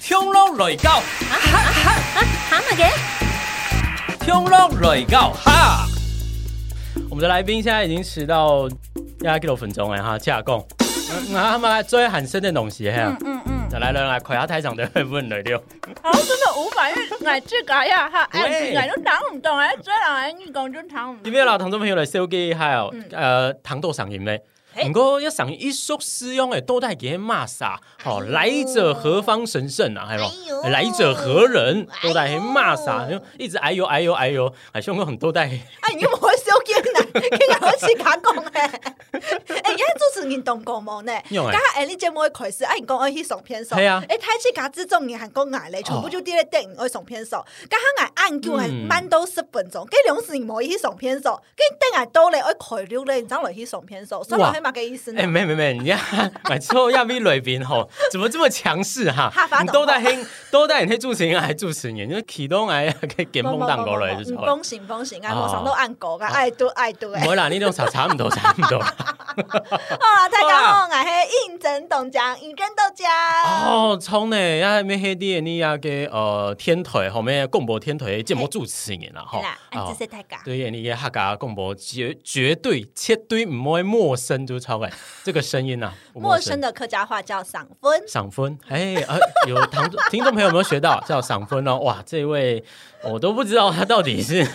跳落来到，蛤蟆给跳落来到哈。我们的来宾现在已经迟到要几多分钟哎了哈，架供。嗯啊，他们来最喊声的东西哈。嗯嗯，来来来，快下台上的问来了。好，真的五百元，我自己呀，哈，喂哎，我都打唔动，哎，最人哎，你讲真打唔因动。为啦，听众朋友来收机，还有嗯呃，糖豆上瘾咧。嘿不过一上瘾一宿使用诶，都带给骂啥？哦，来者何方神圣啊？还有哎哎呦来者何人？都带给骂啥哎？呦一直哎呦哎呦哎呦，还凶过很多带。哎，你唔好小見啊！佢又好似假講 咧。哎，而家主持人當講冇呢？用家誒下誒呢節目嘅開始，哎講我去上片哎數，係啊哦你睇起假之中人係講捱嚟，全部就啲咧定我上片數。家下捱晏叫係嗯慢到十分鐘，跟兩時冇去上片數，跟定捱到咧我攰了咧，然之後嚟去上片數，所以哇係咪嘅意思哎，呢？没没没，你呀， 买错要比瑞宾吼，怎么这么强势哈哈？发你抖都带黑， 都带你去主持人，啊还主持人，你启动哎，给给冇梦冇蛋冇过来冇就冇，唔好了。風行風行，啊，我上到晏講噶，哦哎都哎都唔哎。会啦，你那种查查唔到，查唔到。 好啦，哦大家好，我係應真董獎，應真董獎。哦，聪呢，要咩黑啲你啊嘅呃天台后面广播天台的节目主持人啦，係吼啦，啊，哦謝謝大家。对你嘅客家广播绝绝对绝对唔会陌生，就超诶，这个声音啊，不陌生。的客家话叫赏分。赏分，哎、啊，有听众听众朋友有没有学到叫赏分哦？哇，这位我都不知道他到底是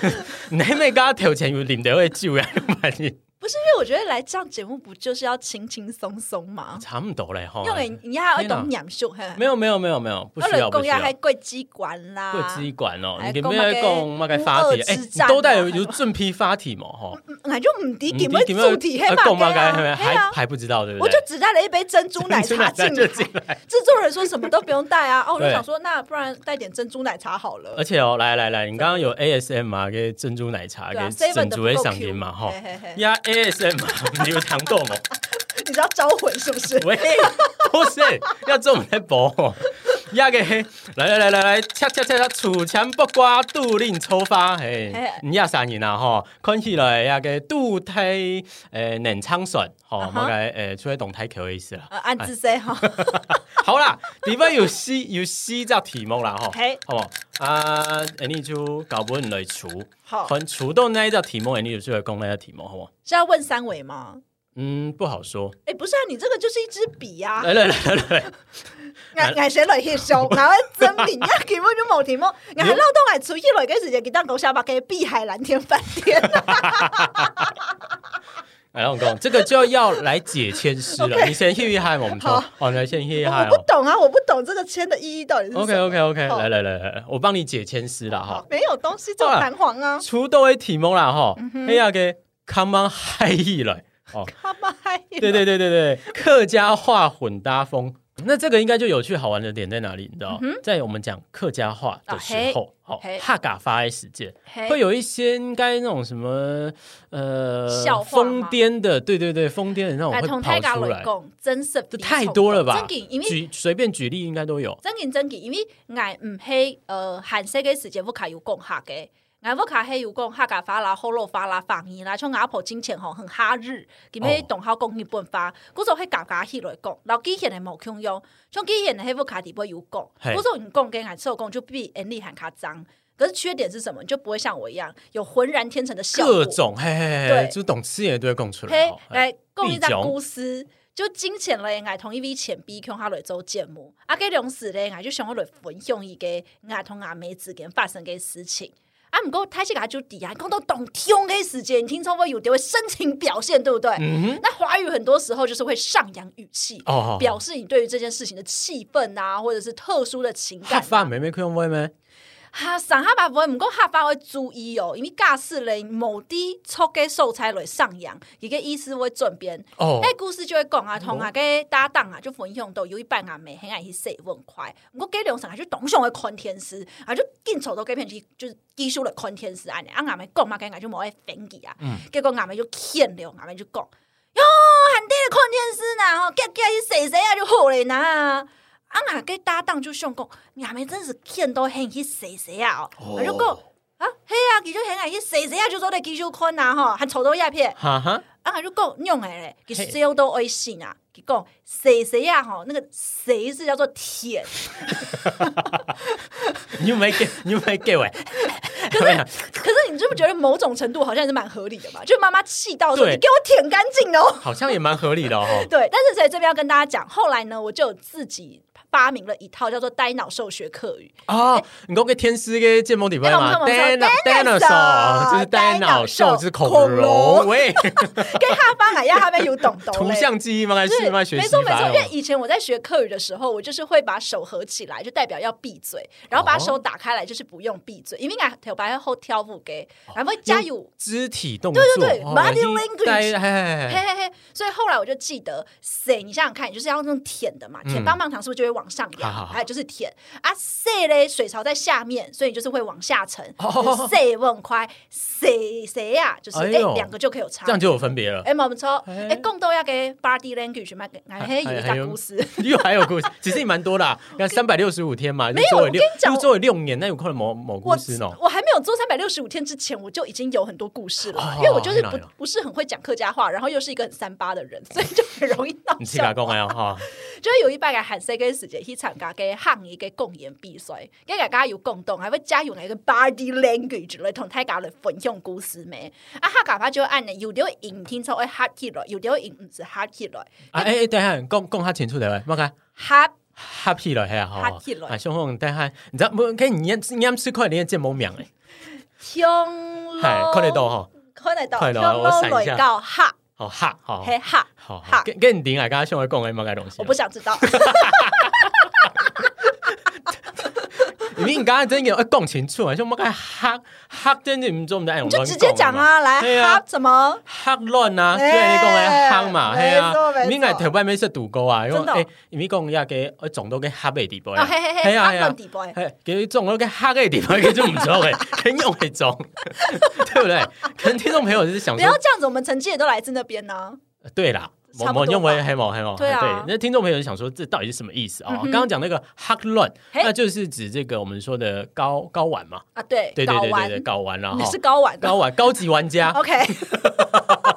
你妹跟他投钱有领得会救呀？ 反正不是因为我觉得来这样节目不就是要轻轻松松吗？差唔多嘞吼。因为你还要懂养秀，没有没有没有没有，哎不需要不公需要要。还贵机关啦，过机关哦，哎你给咩讲乜嘅发讲乜帖？嘅哎，乌俄之你战啊都带有有正批发帖嘛？吼，俺嗯就唔敌给你么你们主题黑呃马讲乜给啊嘅？嘿还啊还不知道对不我对就？只带了一杯珍 珠奶茶进就进来，来。制作人说什么都不用带啊，哦，我就对想说那不然带点珍珠奶茶好了而。且哦，来来来，你刚刚有 ASM 啊，跟珍珠奶茶，对啊跟，seven 整的组不的够上 Q 瘾嘛，吼嘿嘿嘿 呀，ASM 你有糖豆吗？你知道招魂是不是？ 喂，不是，要做我们的博。呀个嘿，来来来来来，恰恰恰恰，楚强不瓜，杜令抽发，嘿嘿，你呀三人啊吼，看起来呀个杜太诶冷仓爽，吼，啊哈冇个诶出来懂太可意思啦。 呃，暗自 say 哈，好啦，你们有西有西这题目啦吼嘿，好冇啊，诶你就搞不来除，好很除到那一道题目，哎诶你有机会讲那道题目好冇？是要问三维吗？嗯，不好说。哎，不是啊，你这个就是一支笔啊呀。来来来来来。眼眼寫來翕 相，然後真面一見嗰種無題目，眼係撈到眼處一來嘅時就見到九下八嘅碧海藍天飯 店，哎，老公，这个就要来解签诗了。你先 hit 一下我们头好，好，来先 hit 一我下不哦。懂啊，我不懂這個簽的意義到底是什麼 OK OK OK，好来来来来，我帮你解签诗了哈。沒有東西就彈簧啊，出道的题目啦哈，嗯哎呀给 Come on 嗨意了 哦，他媽閪对对对对对，客家话混搭风。那这个应该就有趣好玩的点在哪里？你知嗯道，在我们讲客家话的时候，好嘿哈嘎发的时间，嘿会有一些应该那种什么呃笑话疯吗癫的，对对对，疯癫的那种哎会同泰跑家出來来。講，真是这比太重多了吧？真嘅，因為举随便举例应该都有。真嘅真嘅，因為眼唔係呃韓式嘅時節，我卡有講客嘅。眼不卡黑有講客家話啦、後路話啦、方言啦，像阿婆金錢吼很哈日，佢咩同好講日本話，嗰種係家家起來講，老幾現係冇強用。像以前的黑副卡底不会有供，嘿不是你供跟俺受供就比人力喊卡脏。可是缺点是什么？你就不会像我一样有浑然天成的效果。各种嘿嘿嘿，对就懂吃也都会供出来嘿哦。，嘿来供一张必讲公司，就金钱嘞，俺同一笔钱比穷下来做节目，啊，给两时嘞，俺就想要来分享一个俺同俺妹之间发生嘅事情。啊，毋过太起个就底啊，讲到懂听嘅时间，你听说会有点会深情表现，对不对？嗯那华语很多时候就是会上扬语气，哼，哦，表示你对于这件事情的气氛啊，或者是特殊的情哈感。发妹妹可以用外咩？哈，上下巴不会，唔过下巴会注意哦，因为假使咧某啲错嘅素材来上扬，伊个意思会转变。哦那故事就会讲啊，同啊个搭档啊，就分享到有一半啊，每很爱去洗问快。我给两上啊，就董上的看天师，啊就紧凑到这片去，就是技术的看天师安尼。啊，俺们讲嘛，跟俺就冇爱分歧啊。结果俺们就欠了，俺们就讲哟，喊爹的看天师呐，吼，叫叫去洗洗啊就好了呐。啊，俺个搭档就想讲，俺们真是欠到很去洗洗啊哦。我就讲啊，嘿啊，其实很爱去洗洗啊，就做的技术看啊吼，还丑到鸦片。哈哈，啊，就够用诶嘞，佮烧到爱心啊，给讲谁谁呀哈，那个谁是叫做 舔，你有没有给？ 你有没有给我？可是你这不觉得某种程度好像也是蛮合理的嘛？就是妈妈气到说对你给我舔干净哦。 好像也蛮合理的哦。对，但是在这边要跟大家讲，后来呢，我就有自己发明了一套叫做呆脑兽学课语，哦，你讲个天师跟剑梦底牌嘛对哎我们说，dinosaur 就是 dinosaur， dinosaur，就是恐恐龙。龙喂，跟哈巴奶呀哈巴有懂 懂图嘞像记忆吗？还就是是慢慢学没习错没法哦错，因用为？以前我在学课语的时候，我就是会把手合起来，就代表要闭嘴，然后把哦手打开来，就是不用闭嘴，因为俺头白后挑不给，然后加油。肢体动作，对对对哦 body 我已经 language 呆嘿嘿嘿嘿嘿嘿，所以后来我就记得，谁你想想看，你就是要用舔的嘛，嗯舔棒棒糖是不是就会往上好好扬？好还有就是舔啊，塞嘞，水槽在下面，所以你就是会往下沉哦哦哦。塞问快，谁谁呀？就是哎哎呦，两个就可以有差这。样就有分别了。哎，我们说，哎哎，共都要给 body language 嘛，哎嘿，有一还有个故事。又还有故事，其实也蛮多啦。你看三百六十五天嘛，没有我跟你讲周围六年，那有可能某某故我事呢。 我还没有做三百六十五天之前，我就已经有很多故事了，哦因为我就是原来不啊不是很会讲客家话，然后又是一个很三八的人，所以就很容易闹你去打笑。工哎呀哈，就是有一摆个韩式跟世界去参加个汉语个共演比赛，跟大家有共同，还会加用一个 body language 来同大家来分享故事咩？啊，哈卡巴就按呢，有条音听出会哈起来，有条音唔是哈起来，啊哎哎，等一下，讲讲他前出来，莫看哈 happy 了，嘿啊，好哈屁了啊，兄弟，等一下，你知道不？可以，你你要吃快点，你要见某秒哎，听咯，嗨，快点到哈，看得到，快听点我咯闪一下来到哈，好哈，好嘿哈，好好哈，跟跟你顶啊，刚刚兄弟讲的莫个东西我，不想知道。因为你刚刚真有哎讲清楚啊，兄莫个哈哈，真的唔做唔得，你你就直接讲，啊，来对啊哈什么？哈乱啊，虽哎然你讲诶哈嘛，嘿啊没错没，错你来头摆面是赌钩啊，因为真的哦诶，因为讲也给呃总都给哈贝地步啊啊，嘿嘿嘿嘿，啊哈嘿啊乱底 boy，嘿，给总都给哈个地步，给就唔错诶，很用会中， 对不对？可能听众朋友就是想不说要，这样子，我们成绩也都来自那边呢。呃对啦。差我不多吧们用为黑毛黑毛，对啊那听众朋友就想说这到底是什么意思啊？嗯哦哼刚刚讲那个哈乱，嘿那就是指这个我们说的高高玩嘛，啊，对对，对睾对对对，丸，睾丸啦你哈，是睾丸高玩高级玩 家， ，OK，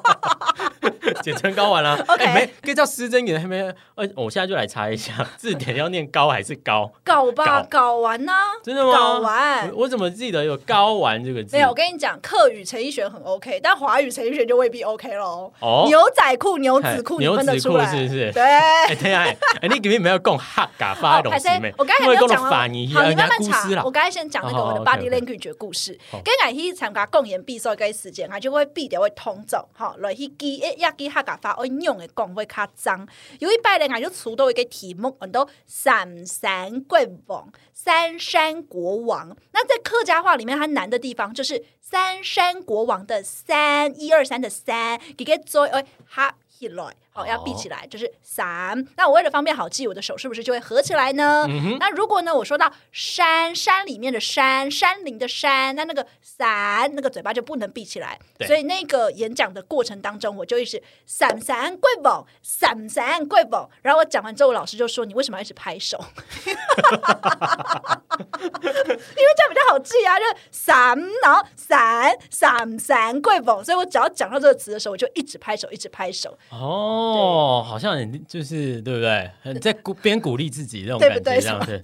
简称高玩啦、啊。 OK 哎没，可以叫失真也还没。呃，我现在就来查一下 字典要念高还是高？睾吧，睾睾丸呢？真的吗？睾丸我。我怎么记得有高玩这个字？没有，我跟你讲，客语陈奕迅很 OK，但华语陈奕迅就未必 OK 喽。哦。牛仔裤、牛子哎裤，你牛分得子出裤来？是不是？对。哦哎，对啊，哎，你根本没有讲哈嘎发的东西没？我刚才还没有讲法完，尼，好，你慢慢故事啦哦查。我。刚才先讲那个我的好好好 body ，OK，OK language 的故事好，跟俺去参加共演比赛个时间，俺就会必定会通走，吼，来去记诶，也记下个发我用的讲会较脏。有一摆咧，俺就出到一个题目，俺都三山国王，三山国王。那在客家话里面，它难的地方就是三山国王的三，一二三的三，给个做诶哈。起来，好要闭起来，就是三。那我为了方便好记，我的手是不是就会合起来呢？嗯哼，那如果呢，我说到山山里面的山，山林的山，那那个伞，那个嘴巴就不能闭起来对。所以那个演讲的过程当中，我就一直伞伞跪宝，伞伞跪宝。然后我讲完之后，老师就说：“你为什么要一直拍手？” 因为这样比较好记啊，就是伞，然后伞伞伞跪宝。所以我只要讲到这个词的时候，我就一直拍手，一直拍手，哦，好像你就是对不对？很在鼓边鼓励自己那种对感不觉，对这样子。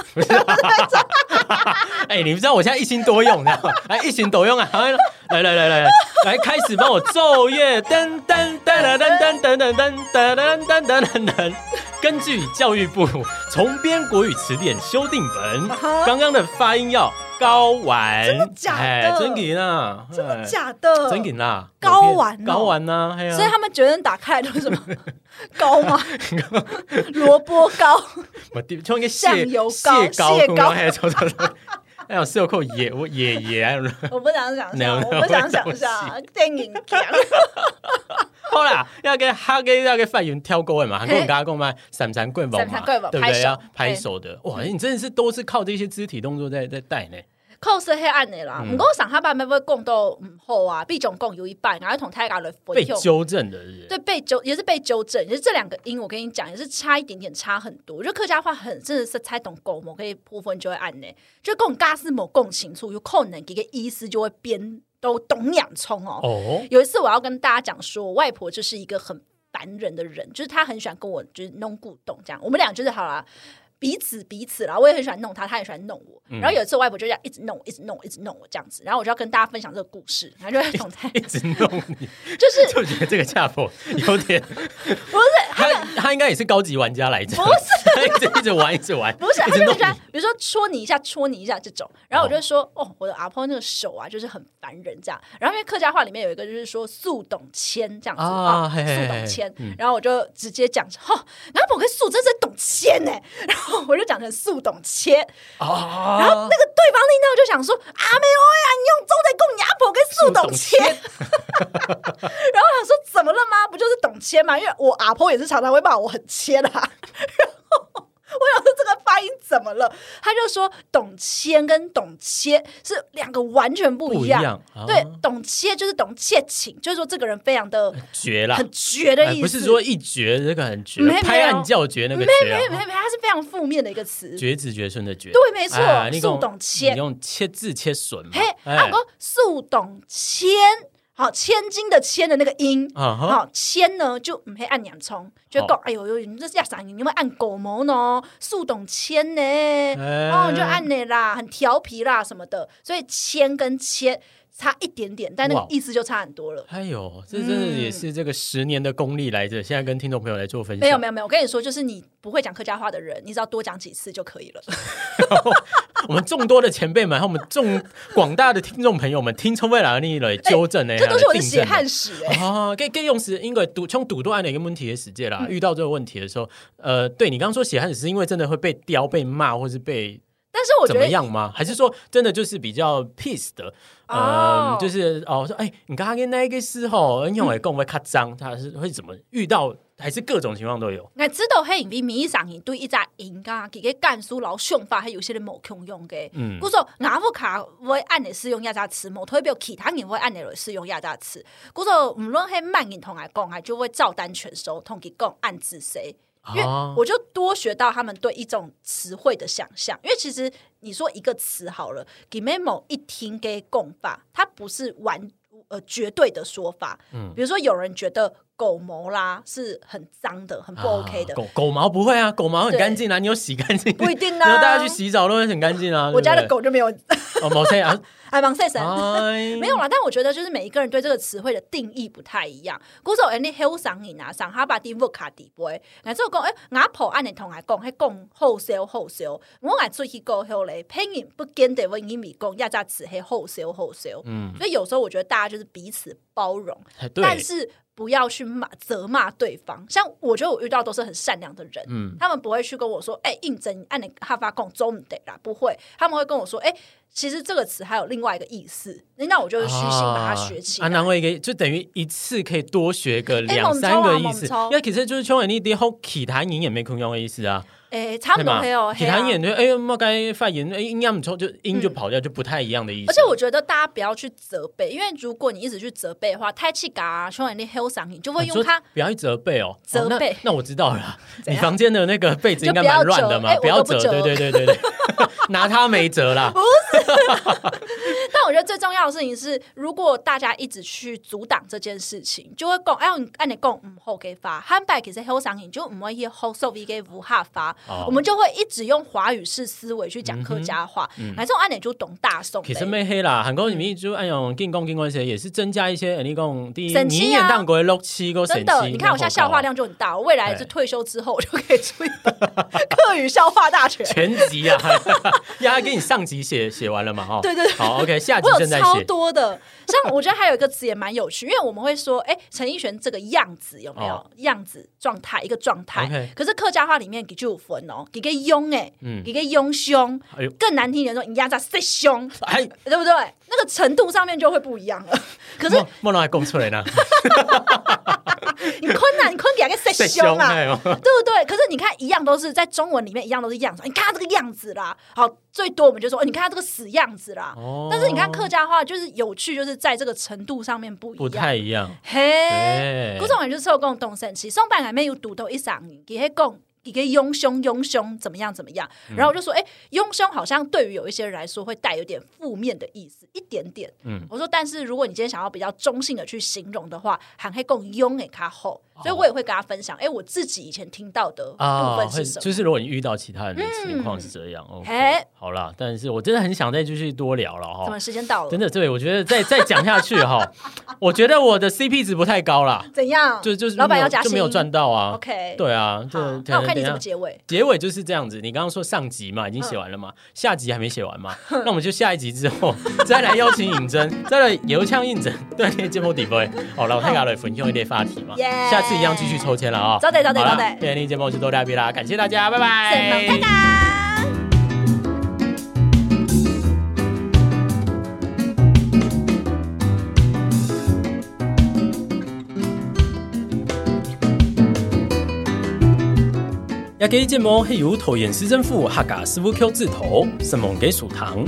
哎，你不知道我现在一心多用，你知道吗？哎，一心多用啊！来来来来来，来开始帮我奏乐，噔噔噔噔噔噔噔噔噔噔噔噔噔噔。根据教育部重编国语词典修订啊本， 刚刚的发音要高玩，真的假的真给呢？真的假的。真给啦！高玩哦高玩呐！哎呀所以他们觉得打开来都是什么糕 吗？萝卜糕，我地像一个蟹酱油膏蟹膏，蟹膏还有什 么？还有哎蟹膏野我野野，啊我不想想 No, 象， no, 我不想想象，电影啊讲好啦，要给哈给要给范云挑过的嘛，韩国人嘿刚刚讲嘛，闪闪棍棒闪嘛，闪棍棒对不对？拍手要拍手的，哇，你真的是都是靠这些肢体动作在在带呢。扣是黑暗的啦。嗯不过上下班要不要讲到唔好啊？毕竟讲有一半，然后同大家来被分享。纠正的是不对，是，被纠也是被纠正，也是这两个音，我跟你讲，也是差一点点，差很多。就客家话很真的是猜懂狗某可以部分就会按呢，就共嘎是某共情处，有可能给个意思就会变都懂洋葱哦哦，有一次我要跟大家讲说，我外婆就是一个很。烦人的人，就是他很喜欢跟我就是弄古董这样，我们俩就是好了。彼此彼此啦，我也很喜欢弄他，他也喜欢弄我。嗯然后有一次，我外婆就这样一直弄我，一直弄我，一直弄我这样子。然后我就要跟大家分享这个故事，然后 就在总裁， 一直弄你，就是就觉得这个下婆有点， 不是他他应该也是高级玩家来着，不是 他一直一直玩，一直玩，不是，一他直就弄很你喜欢，比如说戳你一下，戳你一下这种。然后我就说，哦我的阿婆那个手啊，就是很烦人这样。然后因为客家话里面有一个就是说速懂签这样子啊啊，嘿嘿速嘿懂签嗯。然后我就直接讲，哦，阿婆跟速真是懂签呢。 然后我就讲成速懂签，哦，然后那个对方听到就想说：“阿妹欧呀，你用周在供你阿婆跟树董签。” 然后我想说：“怎么了吗？不就是董签吗？因为我阿婆也是常常会骂我很签啊。”然后我想说这个发音怎么了？他就说董签跟董切是两个完全不不一一样。样，啊对，董切就是董切情，就是说这个人非常的绝啦很，绝的哎意思，不是说一绝这个很绝没，有拍案叫绝那个没绝没没啊，没，他是非常负面的一个词。绝子绝孙的绝，对，没错哎，你树用董切你。用切字切笋嘛，哎嘿，啊阿公速懂千，好千金的千的那个音。啊哈，好千呢，就唔会按洋葱，就讲、哎呦呦，你这是要啥？你们按狗毛呢？速懂千呢？哎哦，你就按你啦，很调皮啦什么的，所以千跟千差一点点，但那哇个意思就差很多了。哎呦，这真的也是这个十年的功力来着，现在跟听众朋友来做分享，嗯没有没有没有，我跟你说，就是你不会讲客家话的人，你只要多讲几次就可以了。我们众多的前辈们和我们众广大的听众朋友们，听从未来你来纠正呢，哎这都是我的来订血正汗史哎、哦，跟跟用时因为赌冲赌多案的一个问题的世界嗯啦，遇到这个问题的时候，呃，对你刚刚说血汗史是因为真的会被刁、被骂，或是被但是我觉怎么得嗯样吗？还是说真的就是比较 peace 的？嗯、哦就是哦，说哎，你刚刚跟那一个是吼，因为跟我会咔脏，他是会怎么遇到？还是各种情况都有？我知道迄影迷上伊对伊只音啊，佮个干书老想法，还有些人无强用嘅。嗯故说牙不卡会按你使用亚扎词，某特别其他人会按你来使用亚扎词。故说无论迄慢人同来讲，还就会照单全收，同佮讲暗指谁。因为哦我就多学到他们对一种词汇的想象，因为其实你说一个词好了，给 memo 一听给共法，它不是完呃绝对的说法。嗯比如说有人觉得狗毛啦是很脏的，很不 OK 的啊，狗狗毛不会啊，狗毛很对干净啊，你有洗干净，不 一定然啊。后大家去洗澡都会很干净啊。我家的对不狗就没有，对哦，毛线 啊，还蛮晒神。哎没有啦，但我觉得就是每一个人对这个词汇的定义不太一样。古时候人哋欣赏你拿上哈巴蒂沃卡底杯，俺做讲诶，牙婆按你同我啊讲，迄讲好笑好笑。我爱出去过后咧，拼音不见得为英米讲，亚扎词迄好笑好笑。嗯，哎所以有时候我觉得大家就是彼此包容，对，但是不要去骂责骂对方。像我觉得我遇到都是很善良的人，嗯，他们不会去跟我说，哎、应征按你哈发贡中得啦，不会，他们会跟我说，哎、其实这个词还有另外一个意思，那我就虚心把它学起啊，来。难为一个就等于一次可以多学个两猛抽啊三个意思猛。抽因为其实就是中文你啲好其他人也没空用的意思啊，哎、差不对多吗还有，其嘿他啊人就哎呀，莫该发言，哎音要唔抽就音就跑掉，就不太一样的意思。而且我觉得大家不要去责备，因为如果你一直去责备的话，太气嘎，凶人你黑嗓你就会你说用它。不要去责备哦，责备哦那那我知道了啦。 怎你样房间的那个被子应该蛮乱的嘛，就不不要要折，折哎对我都不对对对对， 拿它没辙啦。但我觉得最重要的事情是，如果大家一直去阻挡这件事情，就会讲，哎，按你讲唔好给发，汉白其实黑嗓你就唔会去好受 V 给无哈发。哦嗯我们就会一直用华语式思维去讲客家话，反正按理啊就懂大宋其实没黑啦，韩国你们就按用进攻进攻些，也是增加一些你讲第一，省你气演啊当国六七个省真的，气你看我现在笑话量就很大，我未来啊对就退休之后我就可以出一本 客语笑话大全。 全集啊， 呀，他给你上集写写完了嘛？哈， 对对对好，OK，下集我有正在超写。多的，像我觉得还有一个词也蛮有趣，因为我们会说，哎、陈奕迅这个样子有没有、哦样子状态一个状态 OK 可是客家话里面给就有分哦，给个庸哎，嗯给个庸凶，哎呦，更难听一点说你压榨谁凶，哎，对不对？那个程度上面就会不一样了。可是哎莫莫让还供出来 呢，你困难，你困给个谁在凶啊？哎呦，对不对？可是你看，一样都是在中文里面，一样都是样子。你看他这个样子啦，好，最多我们就说，哦你看他这个死样子啦。哦但是你看客家话，就是有趣，就是在这个程度上面不一样。不哎太一样，嘿，对古，种人就是有讲动神奇，上班下面有独到一上，伊迄讲。一个庸凶庸凶怎么样怎么样，嗯然后我就说，哎、庸凶好像对于有一些人来说会带有点负面的意思，一点点。嗯哦我说，但是如果你今天想要比较中性的去形容的话，还可以更庸给他后，所以我也会跟他分享，哎、我自己以前听到的部分啊哦会是什么。嗯就是如果你遇到其他人的情况是这样、o k 嘿好啦，但是我真的很想再继续多聊了怎哈么，时间到了？真的对，我觉得再再讲下去 哈，我觉得我的 CP 值不太高啦，怎样？就就是老板没要有加就薪，没有赚到啊 OK，，对啊，就好，可那能我看等你一怎下么结尾。结尾就是这样子，你刚刚说上集嘛，已经写完了嘛，下集还没写完嘛，那我们就下一集之后 再来邀请尹真，再来油腔应整， 对，你节目底部好了，我太搞了，分享一点话题嘛，耶下次一样继续抽签了啊、早点早点好啦早点对，你节目就到这边啦，感谢大家，拜怎么拜。也给节目是由桃园市政府客家师傅 Q 字头，是梦给属堂